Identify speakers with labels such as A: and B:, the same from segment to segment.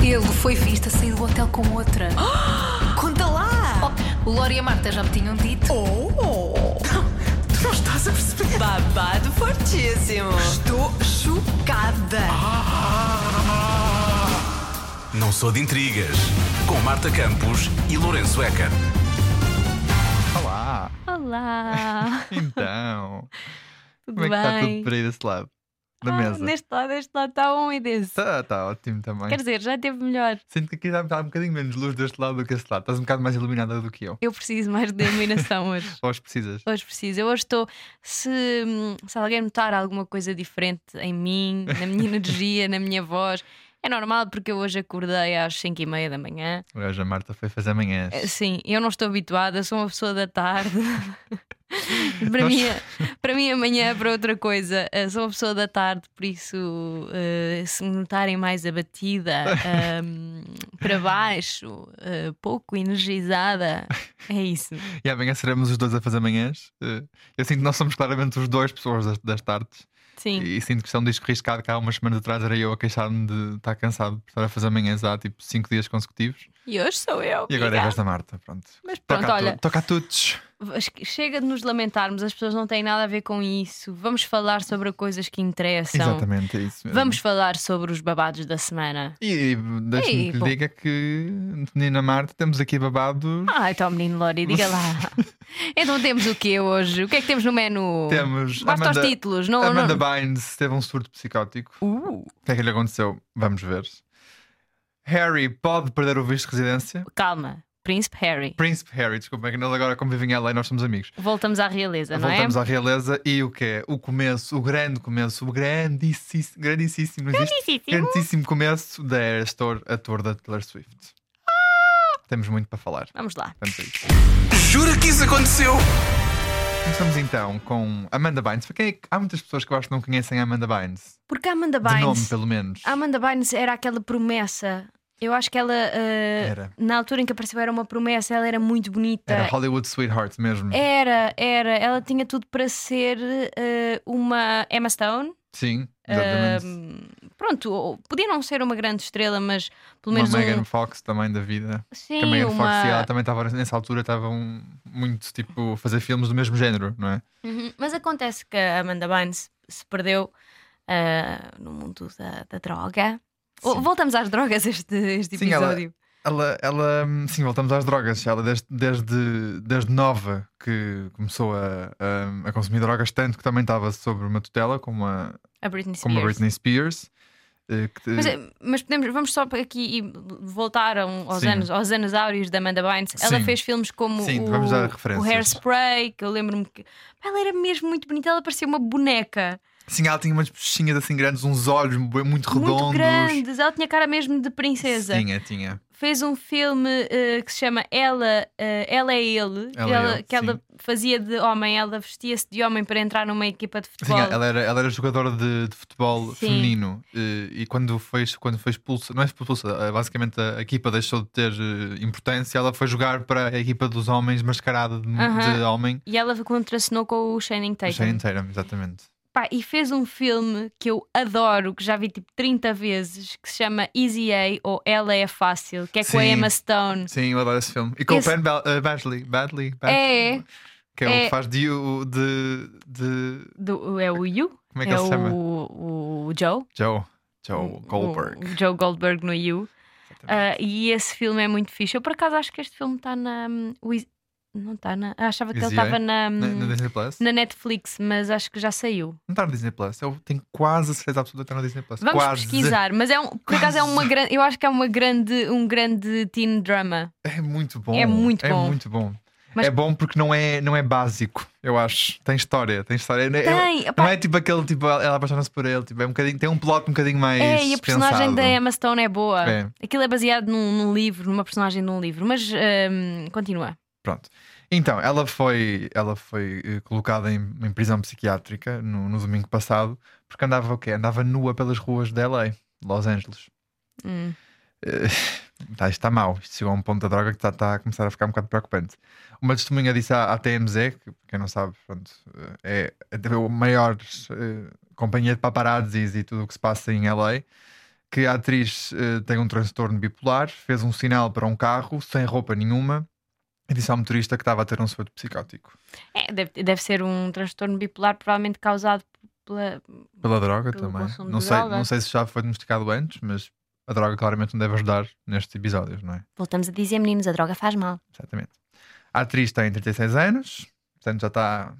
A: Ele foi visto a sair do hotel com outra.
B: Conta lá!
A: Oh, o Lori e a Marta já me tinham dito.
B: Oh!
C: Tu não estás a perceber?
B: Babado fortíssimo!
C: Estou chocada.
D: Não sou de intrigas. Com Marta Campos e Lourenço Eker.
E: Olá!
F: Olá!
E: Então,
F: Tudo
E: como é que está
F: bem?
E: tudo para aí desse lado? Da
F: Ah,
E: mesa?
F: Neste lado, este lado está bom e desse.
E: Está tá ótimo também.
F: Quer dizer, já teve melhor.
E: Sinto que aqui está, está um bocadinho menos luz deste lado do que deste lado. Estás um bocado mais iluminada do que eu.
F: Eu preciso mais de iluminação hoje.
E: Hoje precisas.
F: Hoje preciso. Eu hoje estou. Se, hum, se alguém notar alguma coisa diferente em mim, na minha energia, na minha voz, é normal porque eu hoje acordei às 5 e meia da manhã.
E: Hoje a Marta foi fazer manhãs.
F: Eh, Sim, eu não estou habituada, sou uma pessoa da tarde. para,
E: Nós-
F: mim, é, para mim, amanhã é para outra coisa. Eh, sou uma pessoa da tarde, por isso, eh, se me notarem mais abatida, ahm, para baixo, eh, pouco energizada, é isso.
E: E amanhã seremos os dois a fazer manhãs. Eh, Eu sinto que nós somos claramente os dois pessoas das, das tardes.
F: Sim,
E: E sinto que isto é um disco riscado que há umas semanas atrás era eu a queixar-me de estar cansado por estar a fazer manhãs há tipo 5 dias consecutivos.
F: e hoje sou eu.
E: E agora é a
F: obrigada.
E: vez da Marta. Pronto.
F: Mas
E: toca,
F: pronto,
E: a
F: olha,
E: tu- toca a todos.
F: esque- chega de nos lamentarmos, as pessoas não têm nada a ver com isso. Vamos falar sobre coisas que interessam.
E: Exatamente, é isso mesmo.
F: Vamos falar sobre os babados da semana.
E: E deixe-me
F: Ei,
E: que
F: bom.
E: lhe diga que, menina Marta, temos aqui babados.
F: Ah, então, menino Lori, diga lá. então temos o que hoje? O que é que temos no menu?
E: Temos
F: Basta
E: Amanda-
F: aos títulos, não?
E: Amanda
F: não... Uh.
E: Bynes teve um surto psicótico. O que é que lhe aconteceu? Vamos ver. Harry pode perder o visto de residência.
F: Calma, Príncipe Harry.
E: Príncipe Harry, desculpa, é que nós agora, como vivem em LA, nós somos amigos.
F: Voltamos à realeza, não é?
E: Voltamos à realeza e o que é? O começo, o grande começo, o grandíssimo, grandíssimo, não existe?
F: Grandíssimo.
E: grandíssimo começo da Astor, ator da Taylor Swift.
F: Ah!
E: Temos muito para falar.
F: Vamos lá.
E: Vamos a isso.
D: Jura que isso aconteceu?
E: Começamos então com Amanda Bynes. Para quem é que- Há muitas pessoas que eu acho que não conhecem a Amanda Bynes.
F: Porque a Amanda
E: De nome,
F: Bynes.
E: pelo menos.
F: A Amanda Bynes era aquela promessa. Eu acho que ela, eh,
E: Era.
F: na altura em que apareceu, era uma promessa. Ela era muito bonita.
E: Era Hollywood Sweetheart mesmo.
F: Era, era. Ela tinha tudo para ser eh, uma Emma Stone.
E: Sim, exatamente.
F: Ahm, pronto, ou- podia não ser uma grande estrela, mas pelo
E: uma
F: menos
E: Megan
F: um.
E: Fox também da vida.
F: Sim,
E: que a Megan
F: uma.
E: Fox e ela também estavam nessa altura estavam muito tipo a fazer filmes do mesmo género, não é?
F: Uhum, Mas acontece que a Amanda Bynes se perdeu ah, no mundo da, da droga. Oh,
E: Sim.
F: Voltamos às drogas este, este
E: Sim, ela- é
F: episódio.
E: Ela, ela, hum, sim, voltamos às drogas. Ela desde, desde, desde nova que começou a, a, a consumir drogas, tanto que também estava sobre uma tutela como a,
F: A Britney
E: como a
F: Spears.
E: Britney Spears. eh, que-
F: Mas, eh, mas podemos, vamos só para aqui e voltar a um- aos,
E: Sim.
F: anos, aos anos áureos da Amanda Bynes. Ela
E: Sim.
F: fez filmes como
E: Sim,
F: o,
E: vamos dar
F: o
E: referências.
F: Hairspray, que eu lembro-me que Pá, ela era mesmo muito bonita, ela parecia uma boneca
E: Sim, ela tinha umas bochinhas assim grandes, uns olhos mu- muito redondos.
F: muito grande, ela tinha cara mesmo de princesa.
E: Tinha, tinha.
F: Fez um filme eh, que se chama Ela, eh, ela é Ele,
E: Ela é Ele,
F: que ela
E: sim.
F: fazia de homem, ela vestia-se de homem para entrar numa equipa de
E: Sim,
F: futebol.
E: ela, era, ela era jogadora de, de futebol
F: Sim.
E: feminino eh, e quando foi, quando foi expulsa, não é expulsa, eh, basicamente a equipa deixou de ter eh, importância. Ela foi jogar para a equipa dos homens, mascarada de,
F: Aham.
E: de homem.
F: E ela contracenou com o Channing Tatum.
E: Achei inteira, exatamente.
F: Pá, e fez um filme que eu adoro, que já vi tipo 30 vezes, que se chama Easy A ou Ela é Fácil, que é com a
E: Sim.
F: Emma Stone.
E: Sim, eu adoro esse filme. E com
F: Esse-
E: o Ben Ba- eh, Badgley, Badley,
F: É,
E: que é, o
F: é.
E: que faz de, o- de, de.
F: do, é o You,
E: Como é que ele se chama?
F: o, o Joe.
E: Joe. Joe Goldberg.
F: O Joe Goldberg no You. Ah, e esse filme é muito fixe. Eu por acaso acho que este filme está na. hum, o Is- Não está na. ah, Achava que ele
E: Easy A?
F: estava na,
E: é?
F: hum,
E: Na, na Disney Plus?
F: na Netflix, mas acho que já saiu.
E: Não está no Disney Plus. Eu tenho quase a certeza absoluta que está no Disney Plus.
F: Vamos
E: quase.
F: pesquisar, mas é um, por acaso é uma grande. Eu acho que é uma grande, um grande teen drama.
E: É muito bom.
F: É muito bom.
E: É muito bom.
F: Mas-
E: É bom porque não é, não é básico, eu acho. Tem história, tem história. É- é-
F: Tem,
E: não
F: opá,
E: é tipo aquele tipo, ela apaixona-se por ele, tipo, é um bocadinho, tem um plot um bocadinho mais.
F: É, e a personagem
E: pensado.
F: da Emma Stone é boa.
E: É.
F: Aquilo é baseado num, num livro, numa personagem de um livro. Mas hum, continua.
E: Pronto. Então, ela foi, ela foi eh, colocada em, em prisão psiquiátrica no, no domingo passado, porque andava o quê? Andava nua pelas ruas de LA, Los Angeles.
F: Hum.
E: Tá, isto está mal, isto chegou a um ponto da droga que está a começar a ficar um bocado preocupante. Uma testemunha disse à, à TMZ, que quem não sabe, pronto, eh, é a maior eh, companhia de paparazzis e tudo o que se passa em LA, que a atriz eh, tem um transtorno bipolar, fez um sinal para um carro, sem roupa nenhuma, e disse ao motorista que estava a ter um surto psicótico.
F: É, deve, deve ser um transtorno bipolar, provavelmente causado pela.
E: Pela droga
F: Pelo
E: também.
F: consumo
E: Não
F: de
E: sei,
F: droga.
E: não sei se já foi diagnosticado antes, mas a droga claramente não deve ajudar nestes episódios, não é?
F: Voltamos a dizer, meninos, a droga faz mal.
E: Exatamente. A atriz tem 36 anos, portanto já está.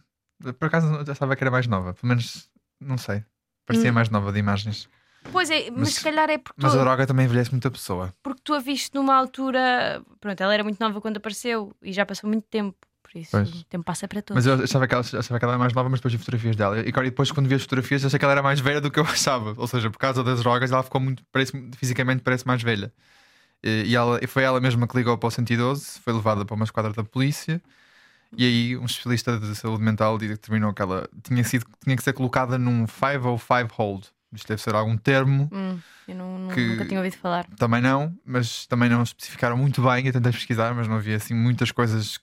E: Por acaso eu já sabia que era mais nova, pelo menos não sei. Parecia mais nova de imagens.
F: Pois é, mas,
E: Mas-
F: se calhar é porque tu,
E: Mas a droga também envelhece muita pessoa.
F: porque tu a viste numa altura. Pronto, ela era muito nova quando apareceu e já passou muito tempo. Por isso,
E: Pois.
F: o tempo passa para todos.
E: Mas eu achava que, ela, achava que ela era mais nova, mas depois vi fotografias dela. E claro, e depois, quando vi as fotografias, achei que ela era mais velha do que eu achava. Ou seja, por causa das drogas, ela ficou muito. Parece, fisicamente parece mais velha. E, e ela, e foi ela mesma que ligou para o 112, foi levada para uma esquadra da polícia. E aí, um especialista de saúde mental diz- determinou que ela tinha, sido, tinha que ser colocada num 505 hold. Isto deve ser algum termo,
F: Hum, eu não- não-
E: Que-
F: nunca tinha ouvido falar.
E: também não, mas também não especificaram muito bem. Eu tentei pesquisar, mas não havia assim muitas coisas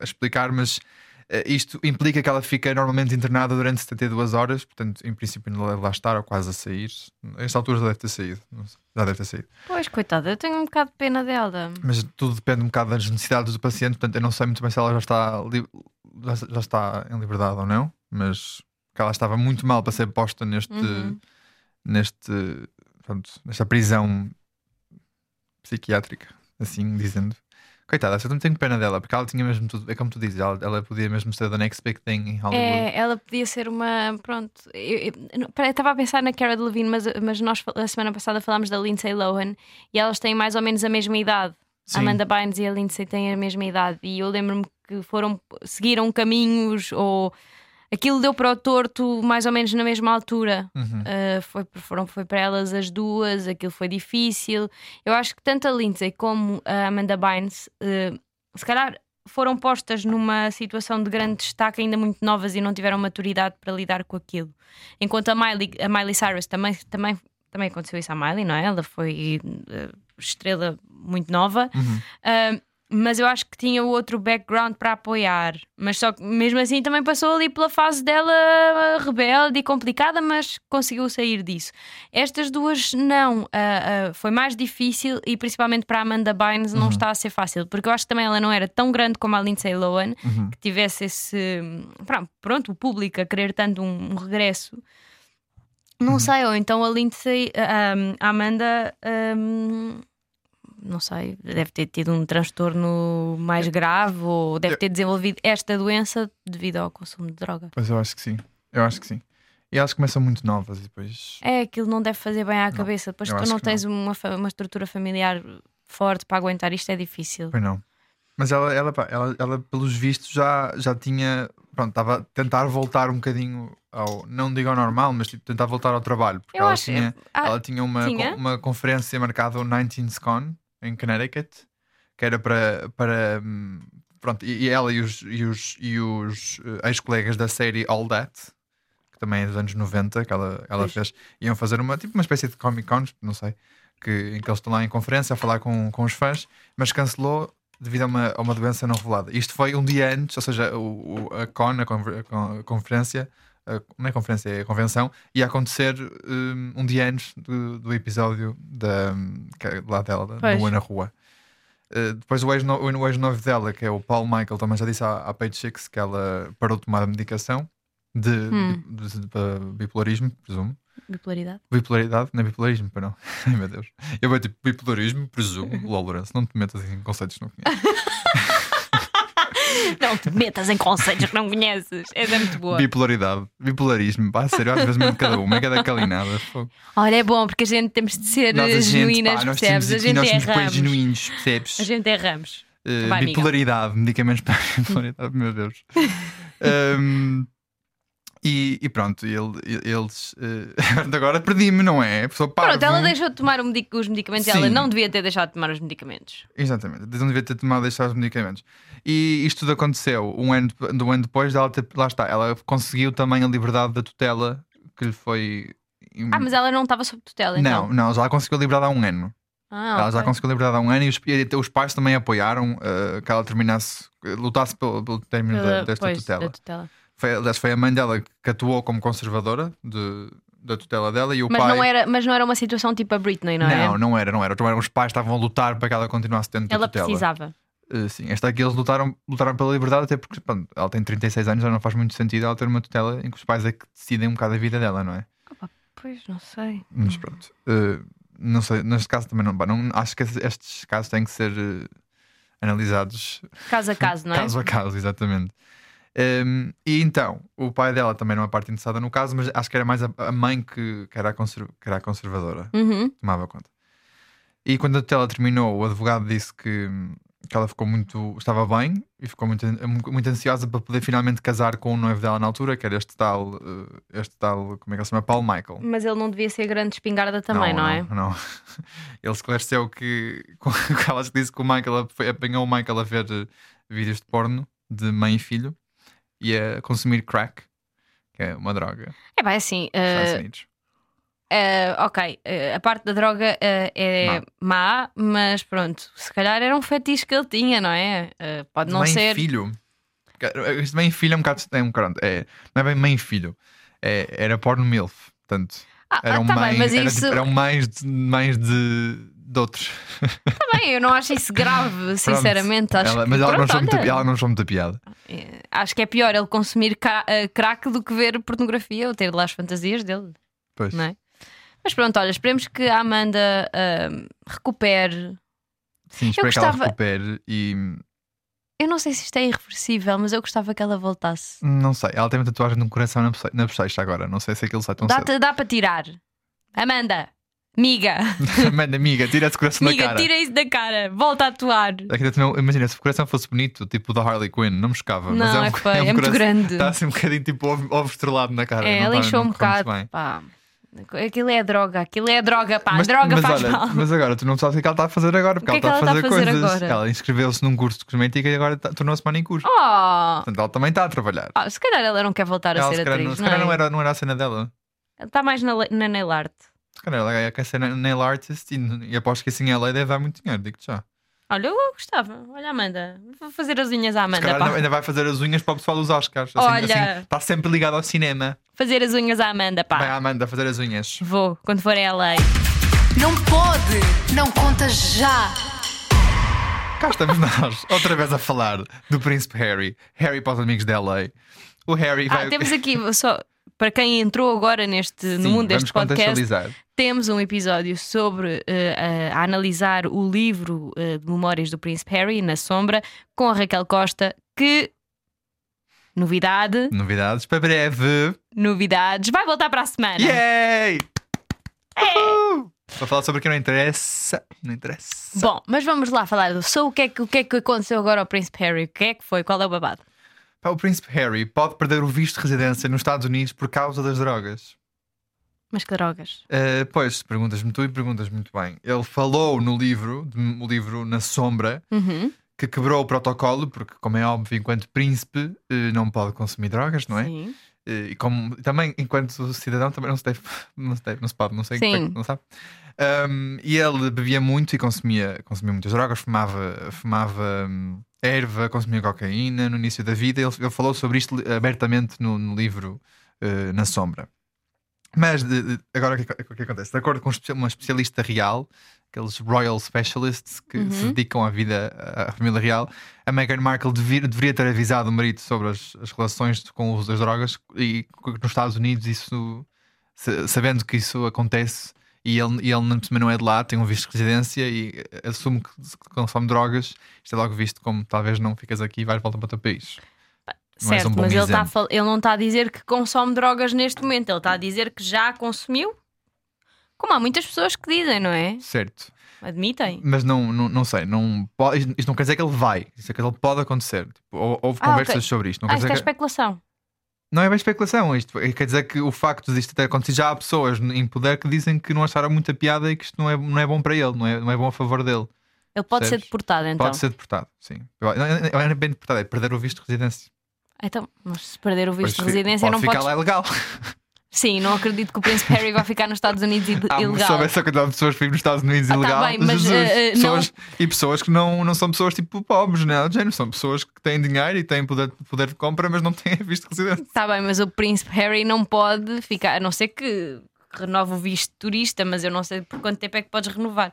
E: a explicar. Mas eh, isto implica que ela fica normalmente internada durante 72 horas, portanto, em princípio, não deve lá estar ou quase a sair. A esta altura já deve ter saído, não sei, já deve ter saído.
F: Pois, coitada, eu tenho um bocado de pena dela.
E: Mas tudo depende um bocado das necessidades do paciente, portanto, eu não sei muito bem se ela já está, li- já, já está em liberdade ou não, mas que ela estava muito mal para ser posta neste.
F: Uhum.
E: neste pronto, nesta prisão psiquiátrica, assim dizendo. Coitada, eu também tenho pena dela, porque ela tinha mesmo tudo, é como tu dizes, ela, ela podia mesmo ser the next big thing em Hollywood.
F: É, ela podia ser uma. Pronto, eu eu- não, pera, eu estava a pensar na Cara Delevingne, mas, mas nós fal- a semana passada falámos da Lindsay Lohan e elas têm mais ou menos a mesma idade.
E: Sim.
F: A Amanda Bynes e a Lindsay têm a mesma idade e eu lembro-me que foram seguiram caminhos ou aquilo deu para o torto mais ou menos na mesma altura.
E: Uhum.
F: Uh, foi, foram, foi para elas as duas, aquilo foi difícil. Eu acho que tanto a Lindsay como a Amanda Bynes, uh, se calhar, foram postas numa situação de grande destaque, ainda muito novas e não tiveram maturidade para lidar com aquilo. Enquanto a Miley, a Miley Cyrus também, também, também aconteceu isso à Miley, não é? Ela foi uh, estrela muito nova. Uh, mas eu acho que tinha outro background para apoiar. Mas só que mesmo assim também passou ali pela fase dela uh, rebelde e complicada, mas conseguiu sair disso. Estas duas não. Uh, uh, foi mais difícil e principalmente para a Amanda Bynes não está a ser fácil, porque eu acho que também ela não era tão grande como a Lindsay Lohan,
E: Uhum.
F: que tivesse esse. pronto, Pronto, o público a querer tanto um, um regresso.
E: Uhum.
F: Não sei, ou então a Lindsay, a- a Amanda. um, não sei, deve ter tido um transtorno mais grave ou deve ter desenvolvido esta doença devido ao consumo de droga.
E: Pois eu acho que sim, eu acho que sim. E elas começam muito novas e depois.
F: É, aquilo não deve fazer bem à cabeça, depois
E: eu
F: tu
E: acho
F: não
E: que não.
F: tens Uma, fa- uma estrutura familiar forte para aguentar isto, é difícil.
E: Pois não. Mas ela, ela, pá, ela, ela, pelos vistos, já, já tinha. Pronto, estava a tentar voltar um bocadinho ao. Não digo ao normal, mas tipo, tentar voltar ao trabalho. Porque
F: Eu
E: ela,
F: acho-
E: tinha,
F: ah,
E: ela tinha, uma,
F: tinha?
E: uma conferência marcada ao 19SCON, em Connecticut, que era para. para hum, pronto, e, e ela e os, e os, e os eh, ex-colegas da série All That. Que também é dos anos 90, que ela, ela
F: Pois.
E: fez, iam fazer uma, tipo, uma espécie de Comic Con, não sei, que, em que eles estão lá em conferência a falar com, com os fãs, mas cancelou devido a uma, a uma doença não revelada. Isto foi um dia antes, ou seja, o, o- a CON, a, conver- a con- a conferência, a, não é conferência, é a convenção, ia acontecer hum, um dia antes do, do episódio da, que é lá dela, da
F: Pois.
E: Nua na Rua. Uh, depois o ex-no- o ex-noivo dela, que é o Paul Michael, também já disse à, à Page Six que ela parou de tomar a medicação de,
F: Hum.
E: de- de- para bipolarismo, presumo.
F: Bipolaridade.
E: Bipolaridade? Não é bipolarismo, para não. Ai meu Deus. Eu vou tipo bipolarismo,
F: Uhum.
E: presumo. Lol, Lourenço, não te metas em conceitos que não conheces.
F: Não te metas em conceitos que não conheces. É muito boa.
E: Bipolaridade, bipolarismo, pá, a sério, às vezes mesmo cada uma, é cada calinada. fogo.
F: Olha, é bom porque a gente temos de ser
E: Nós, a
F: eh,
E: gente,
F: genuínas,
E: pá, nós temos
F: percebes?
E: aqui,
F: a gente
E: nós
F: é
E: somos depois
F: ramos.
E: genuínos, percebes?
F: A gente é ramos.
E: Eh,
F: Vai, Miguel.
E: bipolaridade, medicamentos para a bipolaridade, meu Deus. Ahm, e, e pronto, ele- eles. eh, agora perdi-me, não é? Sou parvo.
F: Pronto, ela deixou de tomar o medi- os medicamentos e ela
E: Sim.
F: não devia ter deixado de tomar os medicamentos.
E: Exatamente, não devia ter tomado estes tais medicamentos. E isto tudo aconteceu um ano, dep- de um ano depois dela ter. Lá está, ela conseguiu também a liberdade da tutela que lhe foi.
F: Ah, mas ela não estava sob tutela, então.
E: Hum. Não, não, já conseguiu a liberdade há um ano.
F: Ah,
E: ela já
F: ok.
E: conseguiu a liberdade há um ano e os, e até os pais também apoiaram eh, que ela terminasse, lutasse pelo, pelo término da,
F: Ela-
E: desta
F: pois,
E: tutela.
F: da tutela.
E: Foi, aliás, foi a mãe dela que atuou como conservadora de- da tutela dela e o
F: Mas
E: pai.
F: não, era, mas não era uma situação tipo a Britney, não, é?
E: não, não era, não era. Então eram os pais que estavam a lutar para que ela continuasse dentro
F: Ela
E: da tutela.
F: precisava.
E: Eh, sim, esta aqui eles lutaram, lutaram pela liberdade, até porque pronto, ela tem 36 anos, já não faz muito sentido ela ter uma tutela em que os pais é que decidem um bocado a vida dela, não é?
F: Pois, não sei.
E: Mas pronto. eh, não sei, neste caso também não, pá, não- Acho que estes casos têm que ser eh, analisados
F: Caso a caso, não é?
E: Caso a caso, exatamente. Hum, e então, o pai dela também não é parte interessada no caso, mas acho que era mais a, a mãe que, que era a conser- que era a conservadora,
F: Uhum.
E: tomava conta. E quando a tutela terminou, o advogado disse que, que ela ficou muito. estava bem e ficou muito, muito ansiosa para poder finalmente casar com o noivo dela na altura, que era este tal. eh, este tal. como é que ele se chama? Paul Michael.
F: Mas ele não devia ser grande espingarda também, não, é?
E: Não. Ele esclareceu que, que ela disse que o Michael foi- apanhou o Michael a ver eh, vídeos de porno de mãe e filho e a consumir crack, que é uma droga.
F: É bem assim.
E: dos
F: eh,
E: Estados Unidos.
F: eh, ok, eh, a parte da droga eh, é má, mas pronto, se calhar era um fetiche que ele tinha, não é? Eh, pode
E: De
F: não
E: mãe
F: ser.
E: e filho. Isto mãe e filho é um bocado. É um bocado é, não é bem mãe e filho. É- era porno milf. Portanto,
F: Ah, ah,
E: eram,
F: tá
E: mães,
F: bem, mas
E: era
F: isso.
E: tipo- eram mães de, mães de, de outros.
F: tá bem, eu não acho isso grave,
E: Pronto.
F: sinceramente. Acho
E: Ela-
F: que,
E: mas ela, não
F: pronto,
E: achou muita,
F: olha,
E: ela não achou muita piada.
F: eh, Acho que é pior ele consumir ca- eh, crack do que ver pornografia ou ter lá as fantasias dele.
E: Pois.
F: Não é? Mas pronto, olha, esperemos que a Amanda ahm, recupere.
E: Sim, espero que
F: gostava-
E: ela recupere e hum,
F: Eu não sei se isto é irreversível, mas eu gostava que ela voltasse.
E: Não sei, ela tem uma tatuagem de um coração na boche- na bochecha agora. Não sei se aquilo sai tão
F: Dá,
E: cedo.
F: dá para tirar. Amanda, miga,
E: Manda, amiga, tira esse coração da
F: miga,
E: cara.
F: tira isso da cara, volta a atuar.
E: Aqui dentro não- Imagina, se o coração fosse bonito, tipo da Harley Quinn, não me chocava. mas é,
F: Não,
E: um,
F: é, feio, é, muito
E: coração-
F: grande.
E: Está assim um bocadinho tipo ovo, ovo estrelado na cara.
F: É,
E: não
F: ela
E: está-
F: inchou
E: não
F: um
E: corre muito
F: bocado.
E: bem.
F: Pá. Aquilo é droga, aquilo é droga, pá,
E: mas,
F: droga
E: mas
F: faz
E: olha,
F: mal.
E: Mas agora, tu não sabes o que é que ela está a fazer agora, porque
F: que é que
E: ela está
F: ela
E: a
F: está a
E: fazer
F: fazer
E: coisas.
F: agora?
E: Ela inscreveu-se num curso de cosmética e agora tá- tornou-se manicure.
F: Oh,
E: Portanto, ela também está a trabalhar.
F: Ah, se calhar ela não quer voltar
E: ela
F: a ser
E: se calhar, não,
F: atriz,
E: se
F: não,
E: calhar não
F: é?
E: era, não era a cena dela.
F: Ela Está mais na, le- na nail art.
E: Se calhar ela é quer ser nail artist e, e aposto que assim ela deve dar muito dinheiro, digo-te já.
F: Olha, eu gostava. Olha, Amanda, vou fazer as unhas à
E: Se
F: Amanda,
E: calhar
F: pá.
E: ainda- ainda vai fazer as unhas para o pessoal dos Oscars. Assim,
F: Olha. Ah.
E: assim, está sempre ligado ao cinema.
F: Fazer as unhas à Amanda,
E: Vai
F: pá.
E: à Amanda fazer as unhas.
F: Vou, quando for a LA.
A: Não pode! Não conta já!
E: Cá estamos nós, outra vez a falar do Príncipe Harry. Harry para os amigos da LA. O Harry
F: Ah,
E: vai.
F: temos aqui só. Para quem entrou agora neste,
E: Sim,
F: no mundo deste
E: vamos
F: podcast,
E: contextualizar.
F: temos um episódio sobre eh, a- a analisar o livro eh, de Memórias do Príncipe Harry na Sombra com a Raquel Costa, que novidade,
E: Novidades para breve.
F: novidades, vai voltar para a semana.
E: Yay! Uhul! Vou falar sobre o que não interessa. Não interessa.
F: Bom, mas vamos lá falar do so, o que é que o que é que aconteceu agora ao Príncipe Harry? O que é que foi? Qual é o babado?
E: Pá, o Príncipe Harry pode perder o visto de residência nos Estados Unidos por causa das drogas.
F: Mas que drogas.
E: Uh, pois, perguntas-me tu e perguntas muito bem. Ele falou no livro, de- o livro Na Sombra,
F: Uhum,
E: que quebrou o protocolo, porque, como é óbvio, enquanto príncipe eh, não pode consumir drogas, não é?
F: Sim.
E: Eh, e como, também, enquanto cidadão, também não se deve, não se, deve, não se pode, não sei,
F: Sim.
E: como é que- não sabe. Um, e ele bebia muito e consumia, consumia muitas drogas, fumava, fumava hum, erva, consumia cocaína no início da vida. Ele, ele falou sobre isto li- abertamente no, no livro eh, Na Sombra. Mas de- de- agora o que, é que- o que acontece? De acordo com um espe- uma especialista real, aqueles Royal Specialists que se dedicam à vida, à à família real, a Meghan Markle devir- deveria ter avisado o marido sobre as, as relações com o uso das drogas e que nos Estados Unidos isso sa- sabendo que isso acontece e ele, e ele também não é de lá, tem um visto de residência e eh, assume que se consome drogas, isto é logo visto como talvez não ficas aqui e vais voltar para o teu país. Não és
F: Certo,
E: um bom
F: mas ele, tá a
E: exemplo.
F: fal- ele não está a dizer que consome drogas neste momento, ele está a dizer que já consumiu. Como há muitas pessoas que dizem, não é?
E: Certo.
F: Admitem.
E: Mas não, não, não sei, não pode, isto isto não quer dizer que ele vai, isto é que ele pode acontecer. Tipo, hou- houve
F: Ah,
E: conversas
F: ok.
E: sobre isto. Não,
F: ah,
E: quer
F: isto
E: dizer
F: é
E: que-
F: especulação.
E: não é bem especulação isto. é, Quer dizer que o facto disto ter acontecido já há pessoas em poder que dizem que não acharam muita piada e que isto não é, não é bom para ele, não é, não é bom a favor dele.
F: Ele pode
E: Percebes?
F: ser deportado então.
E: Pode ser deportado, sim. Eu- Não não- não é bem deportado, é perder o visto de residência.
F: Então, mas se perder o visto de
E: Pois fi-
F: residência,
E: pode
F: não
E: ficar
F: podes.
E: lá ilegal.
F: Sim, não acredito que o Príncipe Harry vai ficar nos Estados Unidos i-
E: Ah, mas se
F: ilegal.
E: soubesse a quantidade de pessoas que vivem nos Estados Unidos
F: Ah, tá
E: ilegal,
F: bem, mas,
E: Jesus.
F: eh, eh, não-
E: pessoas, e pessoas que não, não são pessoas tipo pobres, né? Do género, são pessoas que têm dinheiro e têm poder, poder de compra, mas não têm visto de residência.
F: Está Tá bem, mas o Príncipe Harry não pode ficar, a não ser que renove o visto de turista, mas eu não sei por quanto tempo é que podes renovar.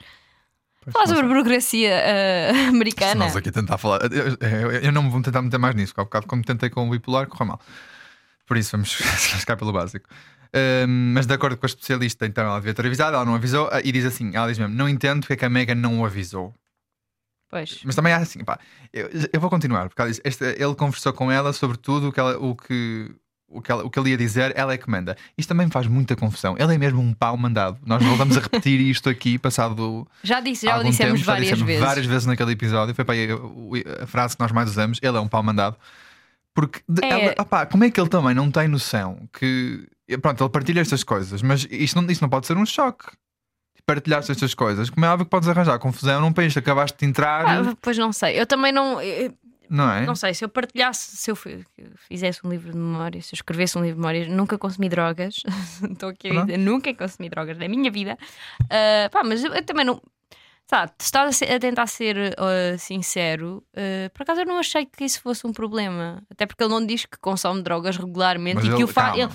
F: Fala sobre burocracia eh,
E: Se
F: americana.
E: nós aqui tentar falar, eu, eu- eu não me vou tentar meter mais nisso, porque há bocado, como tentei com o bipolar, correu mal. Por isso, vamos ficar pelo básico. Ahm, mas de acordo com a especialista, então ela devia ter avisado, ela não avisou, ah, e diz assim: ela diz mesmo, não entendo porque é que a Megan não o avisou.
F: Pois.
E: Mas também há assim, pá, eu, eu vou continuar, porque ela diz, este- ele conversou com ela sobre tudo o que, ela- o, que, o, que ela- o que ele ia dizer, ela é que manda. Isto também me faz muita confusão. Ele é mesmo um pau mandado. Nós voltamos a repetir isto aqui, passado
F: Já disse, já o
E: algum
F: dissemos
E: tempo, já
F: várias
E: dissemos
F: vezes.
E: várias vezes naquele episódio. Foi para aí o- a frase que nós mais usamos: ele é um pau mandado. Porque de-
F: É.
E: ela- opá, como é que ele também não tem noção que. Pronto, ele partilha estas coisas, mas isto não, isto não pode ser um choque. Partilhar-se estas coisas. Como é óbvio que podes arranjar confusão num país que acabaste de entrar,
F: Ah, pois não sei. Eu também não. eh, eu-
E: não é?
F: Não sei, se eu partilhasse, se eu fi- fizesse um livro de memórias, se eu escrevesse um livro de memórias, nunca consumi drogas. Estou aqui a dizer, nunca consumi drogas na minha vida. Ah, pá, mas eu, eu também não. Sabe, tu estás a, ser- a tentar ser ah, sincero. ah, por acaso eu não achei que isso fosse um problema. Até porque ele não diz que consome drogas regularmente
E: Mas
F: e que
E: ele-
F: o faz.
E: calma.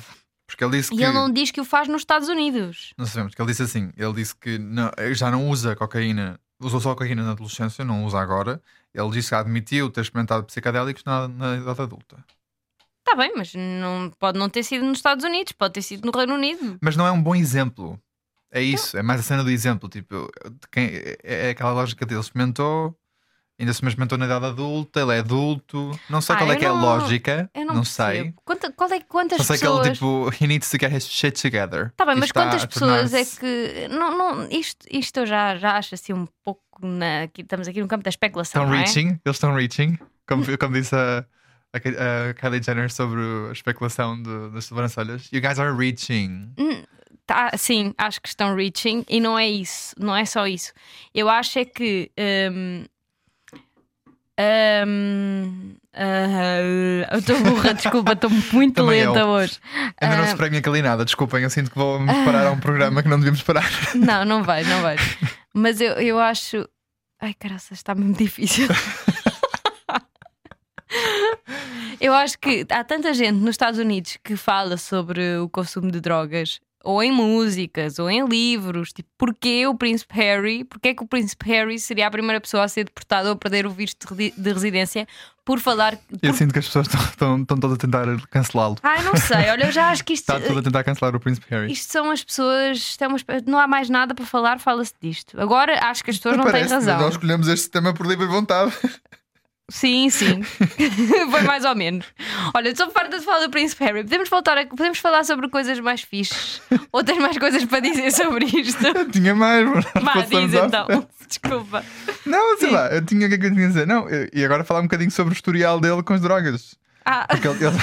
E: Porque ele disse
F: E
E: que.
F: ele não diz que o faz nos Estados Unidos.
E: Não sabemos, porque ele disse assim: ele disse que não- já não usa cocaína, usou só cocaína na adolescência, não usa agora. Ele disse que admitiu ter experimentado psicadélicos na, na idade adulta.
F: Está Tá bem, mas não, pode não ter sido nos Estados Unidos, pode ter sido no Reino Unido.
E: Mas não é um bom exemplo. É
F: Então
E: isso, é mais a cena do exemplo. Tipo, de quem, é- é aquela lógica dele experimentou, ainda se experimentou na idade adulta, ele é adulto. Não sei
F: Ah,
E: qual é
F: eu
E: que é a
F: não-
E: lógica,
F: Eu
E: não,
F: não,
E: sei.
F: percebo. Quanta- qual é, quantas
E: Só sei
F: pessoas.
E: que ele, tipo, he needs to get his shit together.
F: Tá bem,
E: E
F: mas
E: está
F: quantas
E: a
F: pessoas é
E: tornar-se-
F: que. Não, não, isto, isto eu já, já acho assim um pouco. Na, aqui- estamos aqui no campo da especulação.
E: Estão
F: não é?
E: reaching? Eles estão reaching? Como, como disse a, a, Ki- a Kylie Jenner sobre a especulação do- das sobrancelhas. You guys are reaching.
F: Tá, sim, acho que estão reaching e não é isso, não é só isso. Eu acho é que. hum, hum, ah, eu estou burra, desculpa, estou muito
E: Também eu.
F: lenta hoje.
E: Ainda não
F: Ah,
E: se premia aquele nada, desculpem, eu sinto que vou me parar a um programa que não devíamos parar.
F: Não, não vais, não vais. Mas eu, eu acho. Ai, caraças, está mesmo difícil. eu acho que há tanta gente nos Estados Unidos que fala sobre o consumo de drogas, ou em músicas, ou em livros. Tipo, porquê o Príncipe Harry? Porquê que o Príncipe Harry seria a primeira pessoa a ser deportado ou a perder o visto de redi- de residência por falar.
E: Eu
F: por-
E: sinto que as pessoas estão, estão, estão todas a tentar cancelá-lo.
F: Ai, não sei, olha, eu já acho que isto.
E: Está tudo a tentar cancelar o Príncipe Harry.
F: Isto são as pessoas, isto é uma espé- não há mais nada para falar, fala-se disto. Agora acho que as pessoas não têm
E: Parece, mas
F: razão.
E: Nós escolhemos este tema por livre vontade.
F: Sim, sim. Foi mais ou menos. Olha, estou farta de falar do Príncipe Harry. Podemos, voltar a- podemos falar sobre coisas mais fixes. Ou tens mais coisas para dizer sobre isto?
E: Eu tinha mais, mas nós
F: Vá,
E: passamos
F: diz
E: à
F: então.
E: frente.
F: Desculpa.
E: Não, sei lá, eu tinha o que é que eu tinha a dizer. Não, eu- e agora falar um bocadinho sobre o historial dele com as drogas.
F: Ah,
E: Porque ele- ele-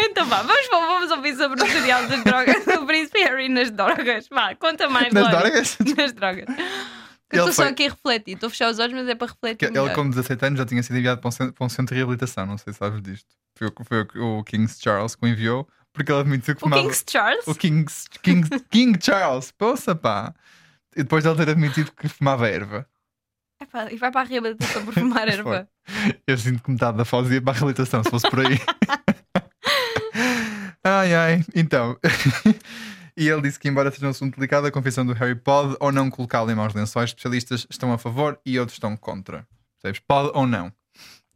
F: então vá, vamos, vamos ouvir sobre o tutorial das drogas do Príncipe Harry nas drogas. Vá, conta mais
E: Nas
F: Lori.
E: drogas?
F: Nas drogas.
E: Ele
F: Eu estou só
E: foi-
F: aqui a refletir. Estou a fechar os olhos, mas é para
E: que
F: refletir.
E: ele,
F: melhor.
E: com 17 anos, já tinha sido enviado para um centro, para um centro de reabilitação. Não sei se sabes disto. Foi, o que- foi o que- o King's Charles que o enviou, porque ele admitiu que
F: O
E: fumava.
F: King's Charles?
E: O King's, King's, King Charles, poça pá. E depois de ele ter admitido que fumava erva.
F: Epá, e vai para a reabilitação por fumar erva.
E: Eu sinto que metade da foz ia para a reabilitação, se fosse por aí. ai, ai, então. e ele disse que, embora seja um assunto delicado, a confissão do Harry pode ou não colocá-lo em maus lençóis. Especialistas estão a favor e outros estão contra. Percebes? Pode ou não.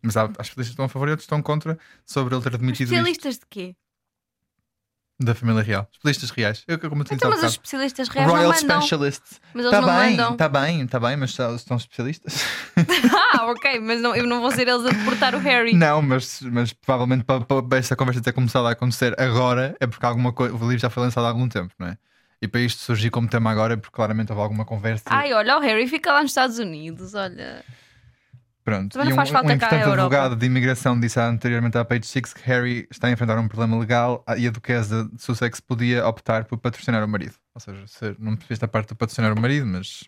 E: Mas há, há especialistas que estão a favor e outros estão contra sobre ele ter admitido isto
F: Especialistas de quê?
E: da família real. Especialistas reais. Eu, como eu te disse
F: Então,
E: há
F: mas os
E: bocado.
F: especialistas reais não
E: tá. Royal
F: mandam.
E: Specialists.
F: Mas eles
E: Está
F: não
E: bem, tá.
F: mandam.
E: está bem, está bem, mas são são especialistas.
F: Ah, ok, mas não, eu não vou ser eles a deportar o Harry.
E: Não, mas, mas provavelmente para, para esta conversa ter começado a acontecer agora é porque alguma coisa. O livro já foi lançado há algum tempo, não é? E para isto surgir como tema agora é porque claramente houve alguma conversa.
F: Ai, olha, o Harry fica lá nos Estados Unidos, olha.
E: Pronto.
F: também não
E: E um,
F: faz falta
E: um
F: cá
E: importante
F: à Europa.
E: advogado de imigração disse anteriormente à Page Six que Harry está a enfrentar um problema legal e a Duquesa de Sussex podia optar por patrocinar o marido. Ou seja, se- não percebeste a parte de patrocinar o marido, mas.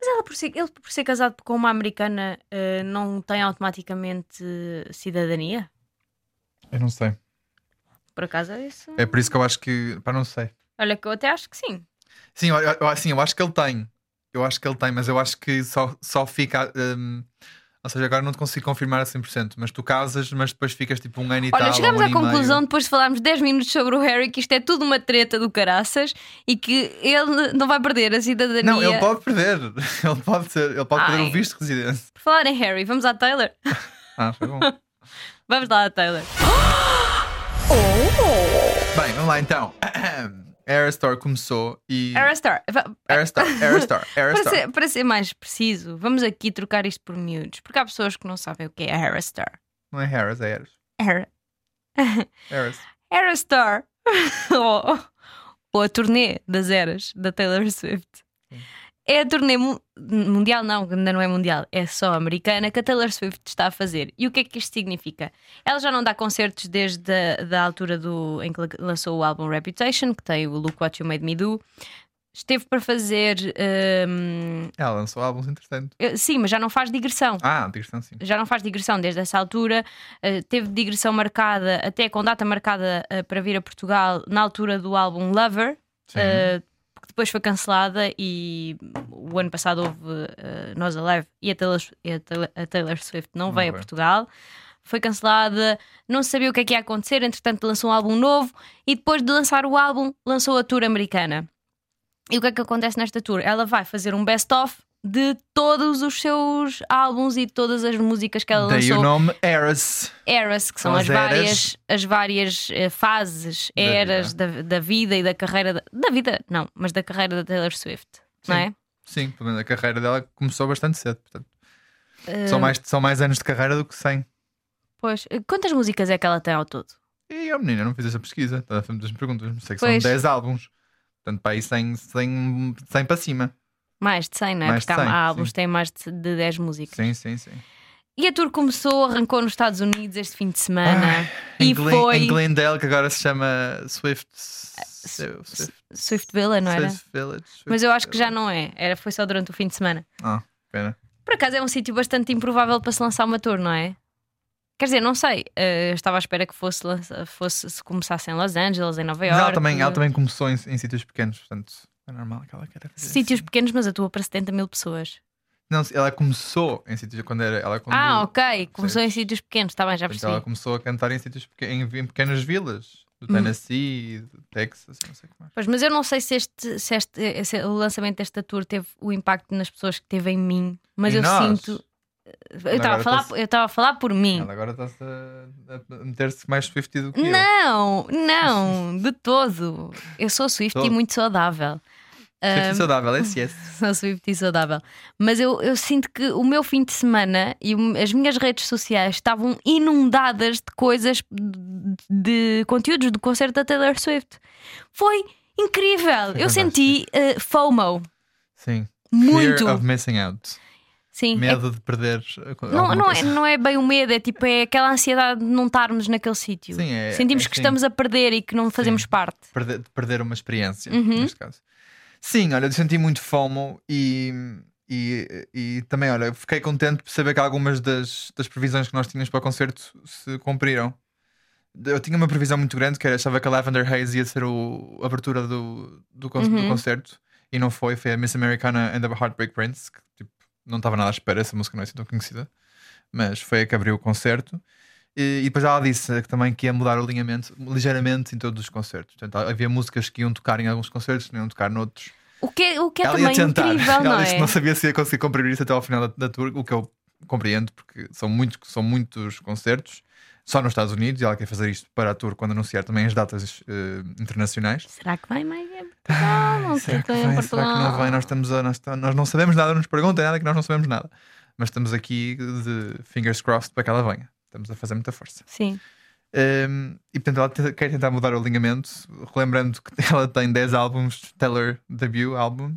F: Mas ela por ser, ele, por ser casado com uma americana, eh, não tem automaticamente eh, cidadania?
E: Eu não sei.
F: Por acaso é isso?
E: É por isso que eu acho que. Pá, não sei.
F: Olha, que eu até acho que sim.
E: Sim, eu, eu, assim, eu acho que ele tem. Eu acho que ele tem, mas eu acho que só, só fica. hum, ou seja, agora não te consigo confirmar a 100%, mas tu casas, mas depois ficas tipo um ano e tal.
F: Olha,
E: ou
F: chegámos
E: um
F: à
E: ano e meio.
F: conclusão, depois de falarmos 10 minutos sobre o Harry, que isto é tudo uma treta do caraças e que ele não vai perder a cidadania.
E: Não, ele pode perder. Ele pode, ser, ele pode perder
F: Ai.
E: o visto de residência.
F: Por falar em Harry, vamos à Taylor?
E: Ah, foi bom.
F: Vamos lá à Taylor.
E: Bem, vamos lá então. Aerostar começou e.
F: Aerostar. Va-
E: Aerostar, Aerostar,
F: Para
E: Aerostar.
F: ser, para ser mais preciso, vamos aqui trocar isto por miúdos, porque há pessoas que não sabem o que é Aerostar.
E: Não é Harris, é Aeros.
F: Aer-
E: Harris.
F: Aerostar. ou, ou a turnê das eras da Taylor Swift. É a turnê mu- mundial, não, ainda não é mundial, é só americana que a Taylor Swift está a fazer. E o que é que isto significa? Ela já não dá concertos desde a da altura do, em que la- lançou o álbum Reputation, que tem o Look What You Made Me Do. Esteve para fazer. hum,
E: Ela lançou álbuns interessantes.
F: eh, sim, mas já não faz digressão
E: Ah, digressão sim.
F: já não faz digressão desde essa altura. eh, teve digressão marcada, até com data marcada eh, para vir a Portugal, na altura do álbum Lover,
E: Sim.
F: eh, que depois foi cancelada. E o ano passado houve eh, Nós Alive e a Taylor, e a Taylor- a Taylor Swift não,
E: Não
F: veio a
E: veio.
F: Portugal. Foi cancelada, não se sabia o que é que ia acontecer, entretanto lançou um álbum novo e depois de lançar o álbum, lançou a tour americana. E o que é que acontece nesta tour? Ela vai fazer um best-of de todos os seus álbuns e todas as músicas que ela
E: Daí o
F: lançou.
E: nome Harris.
F: Eras, que são
E: São
F: as,
E: as
F: várias,
E: eras.
F: as várias eh, fases,
E: Da
F: eras da, da vida e da carreira. Da, da vida, não, mas da carreira da Taylor Swift, não é?
E: Sim, pelo menos a carreira dela começou bastante cedo. Portanto.
F: Ah.
E: São, mais, são mais anos de carreira do que 100.
F: Eh, Pois, eh, quantas músicas é que ela tem ao todo?
E: E eu, menina, não fiz essa pesquisa. Estava a fazer muitas perguntas. Não sei que
F: Pois.
E: são 10 álbuns. Portanto, para aí 100, 100, 100 para cima.
F: Mais de 100, não é?
E: Mais de
F: Porque há-
E: 100,
F: há álbuns
E: sim.
F: que têm mais de de 10 músicas.
E: Sim, sim, sim.
F: E a tour começou, arrancou nos Estados Unidos este fim de semana.
E: Em
F: e
E: Glen-
F: foi. Ah,
E: Em Glendale, que agora se chama Swift. Swift,
F: Swift Villa, não era?
E: Swift Village. Swift
F: Mas eu acho que já não é. Era, foi só durante o fim de semana.
E: Ah, pena.
F: Por acaso é um sítio bastante improvável para se lançar uma tour, não é? Quer dizer, não sei. Eh, eu estava à espera que fosse, lança- fosse se começasse em Los Angeles, em Nova
E: Mas
F: York. eh,
E: ela também, ela também começou em, em sítios pequenos, portanto é normal que ela queira fazer.
F: Sítios
E: assim.
F: pequenos, mas atua para 70 mil pessoas.
E: Não, ela começou em sítios quando era. Ela, quando,
F: ah, ok. Começou
E: Um Sim. tá.
F: em sítios pequenos, está bem, já
E: portanto, ela
F: percebi.
E: começou a cantar em sítios peque- em, em pequenas vilas do
F: Hum.
E: Tennessee, do Texas, não sei o que mais.
F: Pois, mas eu não sei se, este, se este- se o lançamento desta tour teve o impacto nas pessoas que teve em mim, mas
E: E
F: eu
E: nós?
F: sinto. Eu
E: Não,
F: estava a
E: agora
F: falar-
E: tá-se-
F: eu estava a falar por mim.
E: Ela agora está-se a, a meter-se mais Swifty do que eu.
F: Não, não, de todo. Eu sou Swift e
E: Todo.
F: muito saudável. Hum.
E: Swifty saudável, é esse, esse.
F: Sou Swift e saudável. Mas eu, eu sinto que o meu fim de semana e o- as minhas redes sociais estavam inundadas de coisas, de, de conteúdos do concerto da Taylor Swift. Foi incrível. eu
E: fantástico.
F: senti eh, FOMO.
E: Sim.
F: Muito.
E: Fear of missing out.
F: Sim, é
E: Medo de perder. a-
F: Não,
E: alguma
F: não, é,
E: coisa.
F: não é bem o medo, é tipo é aquela ansiedade de não estarmos naquele sítio.
E: Sim, é-
F: Sentimos
E: é
F: que
E: assim.
F: estamos a perder e que não fazemos
E: Sim.
F: parte.
E: perder, de perder uma experiência,
F: Uhum.
E: neste caso. Sim, olha, eu senti muito FOMO e, e, e também, olha, eu fiquei contente por saber que algumas das, das previsões que nós tínhamos para o concerto se cumpriram. Eu tinha uma previsão muito grande, que era, achava que a Lavender Haze ia ser o, a abertura do, do, con- do
F: Uhum.
E: concerto e não foi, foi a Miss Americana and the Heartbreak Prince, que tipo, não estava nada à espera, essa música não é assim tão conhecida, mas foi a que abriu o concerto. E, e depois ela disse eh, que também que ia mudar o alinhamento ligeiramente em todos os concertos. Portanto, havia músicas que iam tocar em alguns concertos, não iam tocar noutros.
F: O que é, o que é
E: ela
F: também
E: ia tentar.
F: incrível,
E: ela
F: não
E: disse
F: é?
E: que não sabia se ia conseguir cumprir isso até ao final da, da tour, o que eu compreendo, porque são, muito, são muitos concertos, só nos Estados Unidos, e ela quer fazer isto para a tour quando anunciar também as datas eh, internacionais.
F: Será que vai mais em Portugal? Não sei
E: Será
F: que
E: que,
F: vai em
E: vai? Será que
F: Portugal.
E: não vai? Nós, estamos a- nós, ta- nós não sabemos nada, não nos perguntem nada que nós não sabemos nada. Mas estamos aqui de fingers crossed para que ela venha. Estamos a fazer muita força.
F: Sim.
E: Um, e portanto ela te- quer tentar mudar o alinhamento, relembrando que ela tem 10 álbuns, Taylor debut álbum,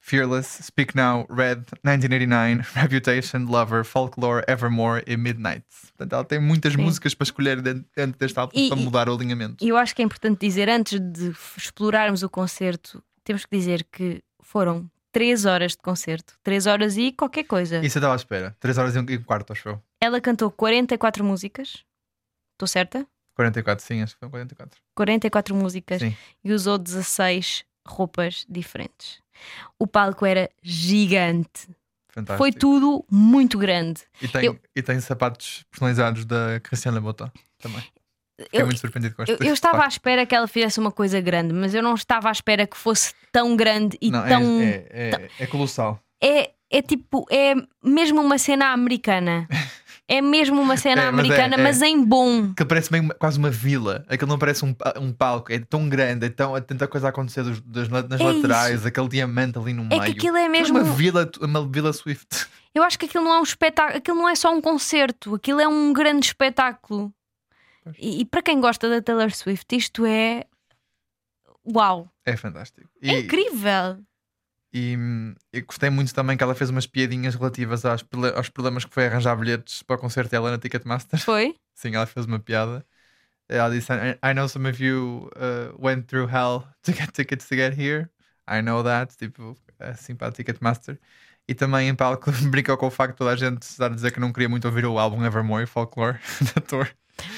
E: Fearless, Speak Now, Red, 1989, Reputation, Lover, Folklore, Evermore e Midnight. Portanto, ela tem muitas
F: Sim.
E: músicas para escolher dentro, dentro deste álbum
F: E-
E: para
F: e-
E: mudar o alinhamento.
F: E eu acho que é importante dizer, antes de f- explorarmos o concerto, temos que dizer que foram 3 horas de concerto. 3 horas e qualquer coisa.
E: Isso eu estava à espera. 3 horas e um e um quarto, acho eu.
F: Ela cantou 44 músicas. Estou certa?
E: 44, sim, acho que foi um 44.
F: 44 músicas
E: Sim.
F: e usou 16 roupas diferentes. O palco era gigante.
E: Fantástico.
F: Foi tudo muito grande.
E: E tem,
F: eu-
E: e tem sapatos personalizados da Cristiana Bota também. Fiquei
F: Eu-
E: muito surpreendido com este
F: Eu, eu estava à espera que ela fizesse uma coisa grande, mas eu não estava à espera que fosse tão grande e
E: Não, é-
F: tão.
E: é, é, é colossal.
F: é, é tipo, é mesmo uma cena americana. É mesmo uma cena
E: É, mas é,
F: americana,
E: é.
F: mas em bom.
E: Que parece meio uma- quase uma vila. Aquilo não parece um, pa- um palco. É tão grande, é, tão, é tanta coisa a acontecer dos- das, la- nas
F: É
E: laterais, aquele diamante ali no
F: É
E: meio.
F: que aquilo é
E: Aquilo
F: mesmo.
E: uma vila, uma vila Swift.
F: Eu acho que aquilo não é um espetáculo, aquilo não é só um concerto, aquilo é um grande espetáculo. E, e para quem gosta da Taylor Swift, isto é. Uau!
E: É fantástico.
F: É incrível!
E: E hum, eu gostei muito também que ela fez umas piadinhas relativas aos, prole- aos problemas que foi arranjar bilhetes para o concerto dela na Ticketmaster.
F: Foi?
E: Sim, ela fez uma piada. Ela disse: I, I know some of you uh, went through hell to get tickets to get here. I know that. Tipo, assim para a Ticketmaster. E também em palco brincou com o facto de toda a gente estar a dizer que não queria muito ouvir o álbum Evermore Folklore da Tour.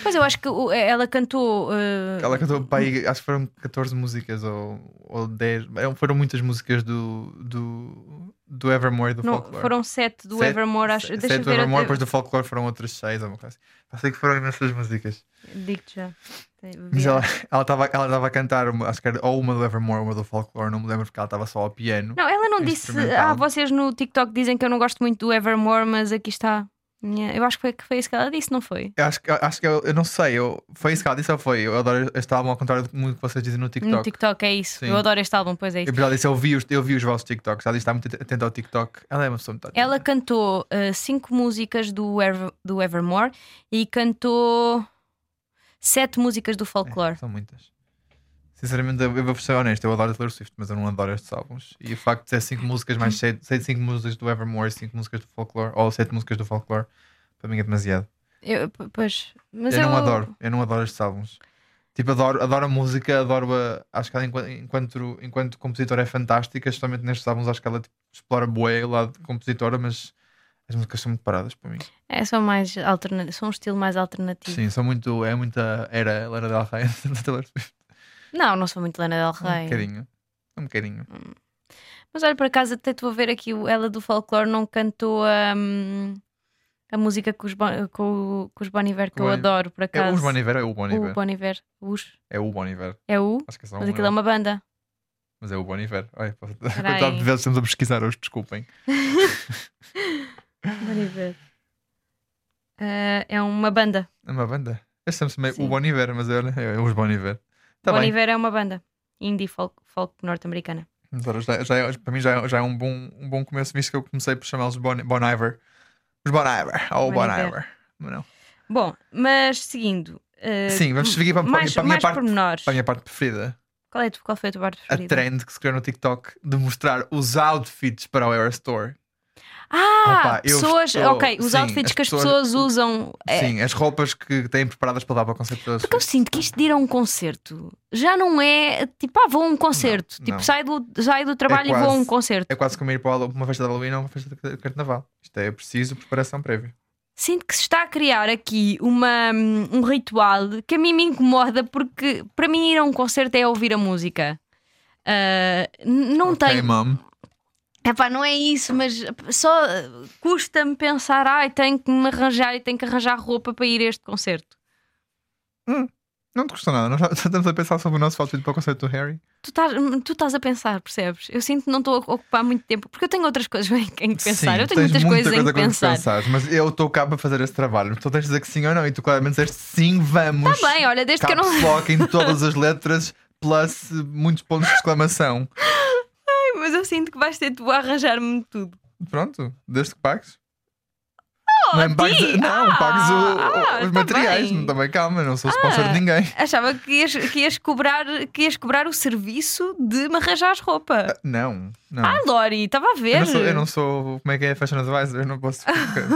F: Pois eu acho que o- ela cantou. eh,
E: Ela cantou, pá, aí, acho que foram 14 músicas ou, ou 10. Eram- Foram muitas músicas do, do, do Evermore e do
F: não,
E: Folklore.
F: foram sete do
E: Sete-
F: Evermore, acho.
E: se-
F: Deixa
E: sete
F: eu
E: do
F: ver.
E: Evermore,
F: outra-
E: depois do Folklore foram outras seis, ou uma coisa assim. Sei que foram imensas músicas.
F: Digo-te já.
E: Mas ela ela estava ela tava a cantar, uma- acho que era ou uma do Evermore ou uma do Folklore, não me lembro porque ela estava só ao piano.
F: Não, ela não disse.
E: Instrumental.
F: Ah, vocês no TikTok dizem que eu não gosto muito do Evermore, mas aqui está. Minha- Eu acho que foi, que foi isso que ela disse, não foi?
E: Eu acho que, eu, acho que eu, eu não sei, eu, foi isso que ela disse ou foi? Eu adoro este álbum ao contrário do muito que vocês dizem no
F: No
E: TikTok.
F: TikTok, é isso.
E: Sim.
F: Eu adoro este álbum, pois é
E: E
F: isso.
E: por ela disse, eu vi, os, eu vi os vossos TikToks. Ela disse está muito atenta ao TikTok. Ela é uma pessoa muito atenta.
F: Ela cantou eh, cinco músicas do, Ever- do Evermore e cantou sete músicas do folclore.
E: São muitas. Sinceramente, eu eu vou ser honesto, eu adoro Taylor Swift, mas eu não adoro estes álbuns. E o facto de ser 5 músicas mais 7, 5 músicas do Evermore, 5 músicas do Folklore, ou 7 músicas do Folklore, para mim é demasiado.
F: Eu, p- pois, mas
E: eu, não adoro, eu não adoro estes álbuns. Tipo, adoro, adoro a música, adoro a. Acho que ela, enquanto, enquanto, enquanto compositora, é fantástica, especialmente nestes álbuns, acho que ela tipo, explora bué o lado de compositora, mas as músicas são muito paradas para mim.
F: É só mais alternativo, só um estilo mais alternativo.
E: Sim, são muito. É muita. Era Lana Del Rey da Taylor Swift.
F: Não, não sou muito Lana Del
E: Um
F: Rey.
E: bocadinho. Um bocadinho.
F: Mas olha, por acaso até estou a ver aqui o- ela do folclore não cantou a, hum, a música com os, Bon- com, o- com os Bon Iver que
E: Bon
F: eu
E: Iver.
F: adoro, por
E: É
F: acaso.
E: o Bon Iver, é o Bon
F: o
E: Iver.
F: Bon Iver. Os,
E: É o Bon Iver.
F: é o,
E: Acho que é só
F: mas
E: um
F: aquilo é
E: eu.
F: uma banda.
E: Mas é o Bon Iver. Ai, pá,
F: Peraí.
E: quantidade de vezes estamos a pesquisar hoje, desculpem.
F: Bon Iver. Ah, é uma banda.
E: É uma banda. Este chama-se meio o
F: Sim.
E: Bon Iver, mas olha, é, é os Bon Iver. Tá
F: bon
E: bem.
F: Iver é uma banda indie folk, folk norte-americana.
E: Mas olha, já, já é- para mim já, é- já é um bom, um bom começo, visto que eu comecei por chamá-los Bon, bon Iver. Os Bon Iver. Ou
F: Bon
E: Bon
F: Iver.
E: Iver. Mas não.
F: Bom, mas seguindo. ah,
E: Sim, vamos seguir para, para-
F: mais,
E: para a minha
F: mais
E: parte,
F: pormenores.
E: para a minha parte preferida.
F: Qual, é, a tu- qual foi a tua parte
E: A
F: preferida?
E: trend que se criou no TikTok de mostrar os outfits para o Aerostore.
F: Ah,
E: Opa, eu
F: pessoas.
E: estou-
F: Ok, os
E: sim,
F: outfits
E: as
F: que as
E: pessoas-
F: pessoas usam. é,
E: Sim, as roupas que têm preparadas para dar para o concerto da
F: Porque eu sinto que isto de ir a um concerto já não é tipo, ah, vou a um concerto.
E: Não,
F: tipo,
E: não.
F: sai do, saio do trabalho e vou a um
E: quase-
F: concerto.
E: É quase como ir para uma festa de Halloween ou uma festa de carnaval. Isto é preciso preparação prévia.
F: Sinto que se está a criar aqui uma, um ritual que a mim me incomoda porque para mim ir a um concerto é ouvir a música. Ah, n- não
E: Ok,
F: tem.
E: mom.
F: Epá, não é isso, mas só ah, custa-me pensar, ai, tenho que me arranjar e tenho que arranjar roupa para ir a este concerto.
E: Não te custa nada. Nós já estamos a pensar sobre o nosso outfit para o concerto do Harry.
F: Tu estás, hum, tu estás a pensar, percebes? Eu sinto que não estou a ocupar muito tempo, porque eu tenho outras coisas em que pensar.
E: Sim,
F: eu tenho muitas
E: tens muita
F: coisas em
E: coisa
F: que
E: com
F: pensar.
E: pensares, mas eu estou cá para fazer esse trabalho. Tu tens de dizer que sim ou não. E tu claramente disseste sim, vamos.
F: Está Tá bem, olha, desde que eu não.
E: Caps lock em todas as letras, plus eh, muitos pontos de exclamação.
F: Mas eu sinto que vais ter tu a arranjar-me tudo.
E: Pronto, desde que pagues.
F: Oh,
E: não, é pagues,
F: ti?
E: não,
F: Ah,
E: pagues o-
F: ah,
E: os
F: tá
E: materiais.
F: bem. Ah.
E: Não, também calma, não sou sponsor de ninguém.
F: Achava que ias, que, ias cobrar, que ias cobrar o serviço de me arranjares roupa.
E: Não, não.
F: Ah, Lori, estava a ver.
E: Eu não, sou, eu não sou- como é que é fashion advisor, eu não posso.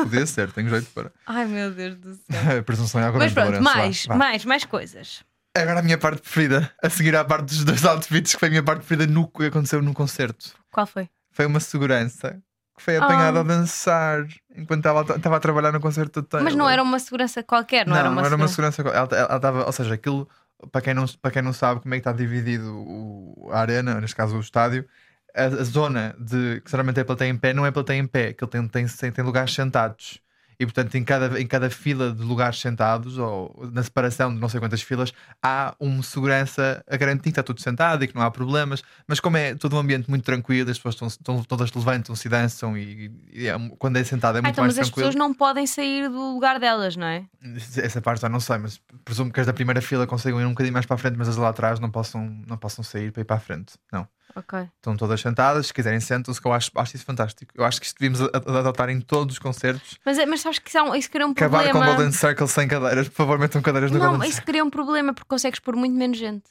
E: Podia ser, tenho jeito para.
F: Ai, meu Deus do céu.
E: Presunção é algo
F: Mas
E: grande,
F: pronto,
E: Lourenço, vá,
F: mais,
E: vá.
F: mais, mais coisas.
E: Agora a minha parte preferida, a seguir à parte dos dois outfits, que foi a minha parte preferida no que aconteceu no concerto.
F: Qual foi?
E: Foi uma segurança que foi apanhada
F: Ah.
E: a dançar enquanto estava, estava a trabalhar no concerto do Taylor.
F: Mas não era uma segurança qualquer, não,
E: Não,
F: era uma segurança.
E: segurança. qual- Ela, ela estava, ou seja, aquilo, para quem, não, para quem não sabe como é que está dividido o- a arena, neste caso o estádio, a, a zona de que geralmente é plateia em pé não é plateia em pé, aquilo tem, tem, tem, tem lugares sentados. E portanto, em cada, em cada fila de lugares sentados, ou na separação de não sei quantas filas, há um segurança a garantir que está tudo sentado e que não há problemas. Mas como é todo um ambiente muito tranquilo, as pessoas estão, estão, todas levantam-se e dançam, e, e é- quando é sentado é muito
F: Ah, então,
E: mais
F: mas as
E: tranquilo.
F: pessoas não podem sair do lugar delas, não é?
E: Essa parte já não sei, mas presumo que as da primeira fila consigam ir um bocadinho mais para a frente, mas as lá atrás não possam, não possam sair para ir para a frente. Não.
F: Ok.
E: Estão todas sentadas, se quiserem sentam-se, que eu acho, acho isso fantástico. Eu acho que isto devíamos a- a- adotar em todos os concertos.
F: Mas, é- mas sabes que isso, é um- isso cria um
E: Acabar
F: problema.
E: com o Golden Circle sem cadeiras, por favor, metam cadeiras no
F: não,
E: Golden
F: isso
E: Circle.
F: cria um problema porque consegues pôr muito menos gente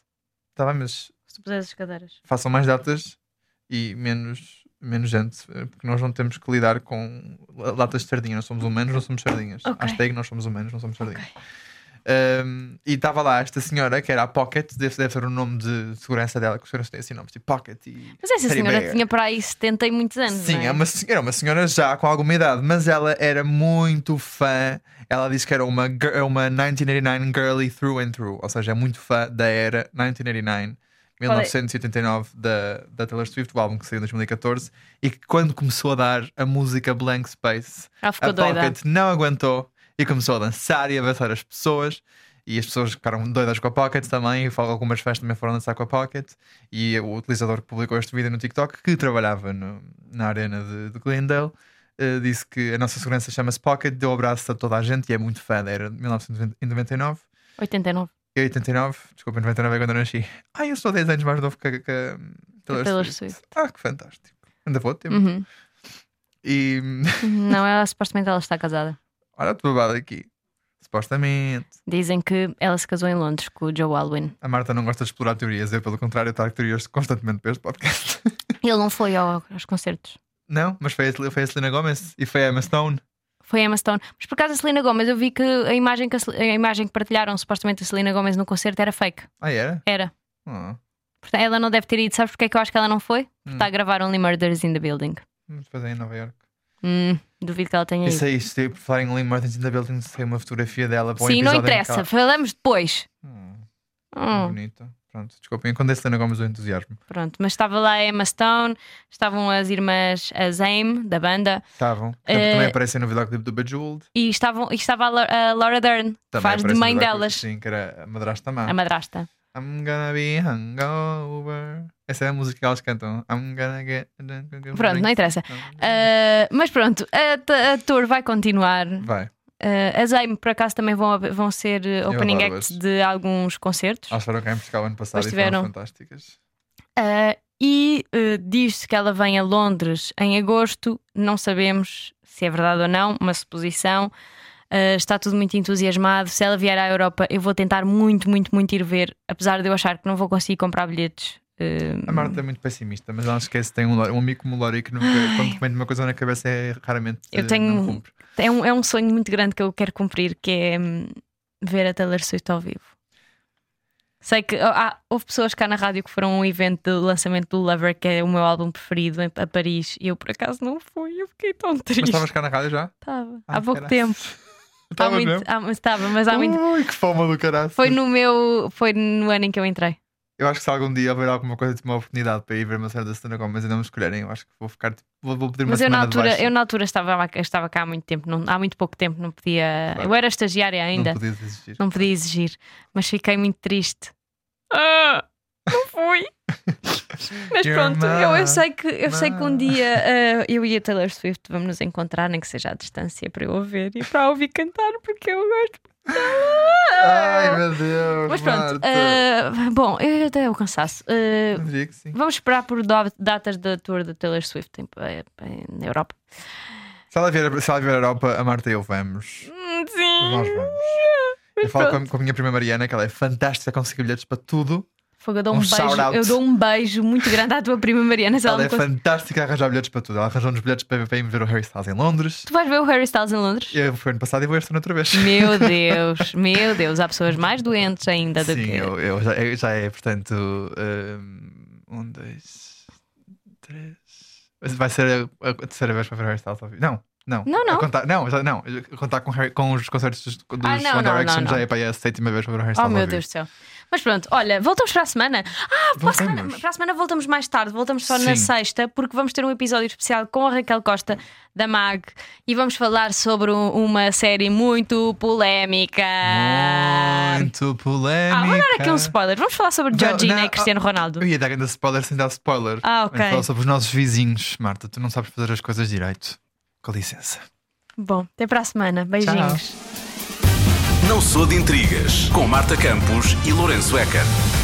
E: Tá bem, mas
F: se tu puseres as cadeiras.
E: façam mais datas e menos, menos gente, eh, porque nós não temos que lidar com la- latas de sardinha. Nós somos humanos, não somos sardinhas.
F: Ok.
E: Hashtag nós somos humanos, não somos sardinhas. Um, e estava lá esta senhora que era a Pocket, deve, deve ser o nome de segurança dela, que os seguranças têm assim nomes, tipo Pocket e.
F: Mas essa
E: Teddy
F: senhora
E: bear.
F: tinha para aí 70 e muitos anos.
E: Sim,
F: não é?
E: é uma, se- era uma senhora já com alguma idade, mas ela era muito fã. Ela disse que era uma, gir- é uma 1989 girly through and through, ou seja, é muito fã da era 1989.
F: é?
E: 1989 da, da Taylor Swift, o álbum que saiu em 2014, e que quando começou a dar a música Blank Space,
F: Ela ficou
E: a
F: doida.
E: Pocket não aguentou e começou a dançar e a bater as pessoas. E as pessoas ficaram doidas com a Pocket também. E fal- algumas fãs também foram dançar com a Pocket. E o utilizador que publicou este vídeo no TikTok, que trabalhava no- na arena de, de Glendale, eh, disse que a nossa segurança chama-se Pocket, deu abraço a toda a gente e é muito fã. Era de 1999.
F: 89.
E: Eu 89, desculpa, 99 é quando eu nasci. Ah, eu sou 10 anos mais novo que a, que a Taylor,
F: Taylor
E: Swift.
F: Swift.
E: Ah, que fantástico. Ainda vou tempo.
F: Uhum.
E: E hum,
F: Não, ela supostamente ela está casada.
E: olha a tua babada aqui. Supostamente.
F: Dizem que ela se casou em Londres com o Joe Alwyn.
E: A Marta não gosta de explorar teorias, eu, pelo contrário, trago teorias constantemente para este podcast.
F: Ele não foi ao- aos concertos.
E: não, mas foi a, Sel- foi a Selena Gomez e foi a Emma Stone.
F: Foi a Emma Stone. Mas por acaso a Selena Gomez, eu vi que a imagem que, a Sel- a imagem que partilharam supostamente a Selena Gomez no concerto era fake.
E: Ah, era?
F: Era.
E: Ah,
F: Portanto, ela não deve ter ido. Sabes porque é que eu acho que ela não foi? Porque
E: Hum.
F: está a gravar Only Murders in the Building.
E: vamos fazer em Nova York.
F: Hum, duvido que ela tenha ido.
E: Isso é isto, tipo, por falar em Lee Martins ainda Building, tem uma fotografia dela para um
F: Sim, não
E: episódio em
F: interessa.
E: que
F: Falamos depois.
E: ela- Hum,
F: Hum,
E: Bonita. Pronto, desculpem, quando é Selena Gomez o entusiasmo.
F: pronto. Mas estava lá a Emma Stone, estavam as irmãs as Aim, da banda,
E: Estavam.
F: Eh,
E: Tá Também aparecem no videoclipe tipo, do Bejeweled.
F: e, estavam, e estava a, Lo- a Laura Dern, que
E: Também
F: faz de
E: aparece no
F: mãe
E: videoclipe,
F: delas,
E: Sim, que era a madrasta má.
F: a madrasta.
E: I'm gonna be hungover. Essa é a música que elas cantam. I'm gonna get.
F: Pronto, não interessa. Ah, mas pronto, a, t- a tour vai continuar.
E: Vai.
F: Ah, as AIM, por acaso, também vão, vão ser eh, opening
E: adoro
F: acts
E: as.
F: de alguns concertos.
E: Elas foram cá em Portugal ano passado
F: Pois
E: e
F: tiveram.
E: foram fantásticas.
F: Ah, e eh, diz-se que ela vem a Londres em agosto. Não sabemos se é verdade ou não, uma suposição. Ah, está tudo muito entusiasmado. Se ela vier à Europa, eu vou tentar muito, muito, muito ir ver. Apesar de eu achar que não vou conseguir comprar bilhetes. eh,
E: A Marta é muito pessimista, mas ela não esquece tem um, Lori- um amigo como o Lori que nunca, quando comenta uma coisa na cabeça é raramente.
F: Eu
E: eh,
F: tenho-
E: não cumpre.
F: é, um, é um sonho muito grande que eu quero cumprir, que é hum, ver a Taylor Swift ao vivo. Sei que ó, há- houve pessoas cá na rádio que foram a um evento do lançamento do Lover, que é o meu álbum preferido, em- a Paris, e eu por acaso não fui, eu fiquei tão
E: Mas
F: triste.
E: estavas cá na rádio já?
F: Estava.
E: Ah,
F: há pouco
E: caraças.
F: tempo. Há
E: Estavas
F: muito,
E: mesmo?
F: há, mas estava, mas há muito.
E: Ui, que fama do caralho.
F: Foi no meu. Foi no ano em que eu entrei.
E: Eu acho que se algum dia houver alguma coisa, tipo uma oportunidade para ir ver uma cena da Selena Gomez e não me escolherem, eu acho que vou ficar. tipo, Vou, vou pedir uma
F: Mas eu
E: semana
F: na,
E: de
F: altura,
E: baixa.
F: eu na altura estava, lá- estava cá há muito tempo, não- há muito pouco tempo, não podia. Eu era estagiária ainda.
E: Não podia desistir.
F: Não podia exigir, mas fiquei muito triste. Ah, não fui. mas
E: You're
F: pronto,
E: my-
F: eu, eu sei que, eu sei que um
E: my-
F: dia ah, eu e a Taylor Swift vamos nos encontrar, nem que seja à distância, para eu ouvir e para a ouvir cantar, porque eu gosto.
E: Ai meu Deus.
F: Ah! Mas pronto,
E: Marta.
F: ah, bom, eu até o cansaço. Ah,
E: Eu diria que sim.
F: vamos esperar por do- datas da tour da Taylor Swift em, eh, em- na Europa.
E: Se ela vier, se ela vier à Europa, a Marta e eu vamos.
F: Hum, Sim.
E: Nós vamos. Eu falo com a, com a minha prima Mariana, que ela é fantástica, consegue bilhetes para tudo.
F: Fogo, eu dou um,
E: Um
F: beijo,
E: shout-out.
F: eu dou um beijo muito grande à tua prima Mariana. Se ela
E: Ela
F: me
E: é
F: cons-
E: fantástica a arranjar bilhetes para tudo. Ela arranjou-nos bilhetes para, para irmos ver o Harry Styles em Londres.
F: Tu vais ver o Harry Styles em Londres?
E: Eu fui ano passado e vou este ano outra vez.
F: Meu Deus, meu Deus, há pessoas mais doentes ainda do
E: Sim,
F: que
E: eu, eu já, eu já é, portanto. Um, um, dois, três. Vai ser a, a terceira vez para ver Harry Styles ao vivo. Não, não.
F: Não, não.
E: A contar, não, já- não. A contar com, Harry- com os concertos dos, dos
F: Ah, não,
E: One
F: não,
E: Direction
F: não, não.
E: já é para aí a sétima vez para ver Harry
F: Oh
E: Styles.
F: meu
E: ao vivo.
F: Deus do céu. Mas pronto, olha, voltamos para a semana. Ah, para a semana,
E: Voltamos.
F: para a semana voltamos mais tarde, voltamos só na
E: Sim.
F: sexta, porque vamos ter um episódio especial com a Raquel Costa da MAG e vamos falar sobre um- uma série muito polémica.
E: Muito polémica.
F: Ah, vou dar aqui um spoiler. Vamos falar sobre
E: Não,
F: Georgina
E: não,
F: e né? Cristiano
E: ah,
F: Ronaldo.
E: Eu ia dar ainda spoiler sem dar spoiler.
F: Ah, ok.
E: Vamos falar sobre os nossos vizinhos, Marta. Tu não sabes fazer as coisas direito. Com licença.
F: Bom, até para a semana. Beijinhos.
D: Não sou de intrigas com Marta Campos e Lourenço Eker.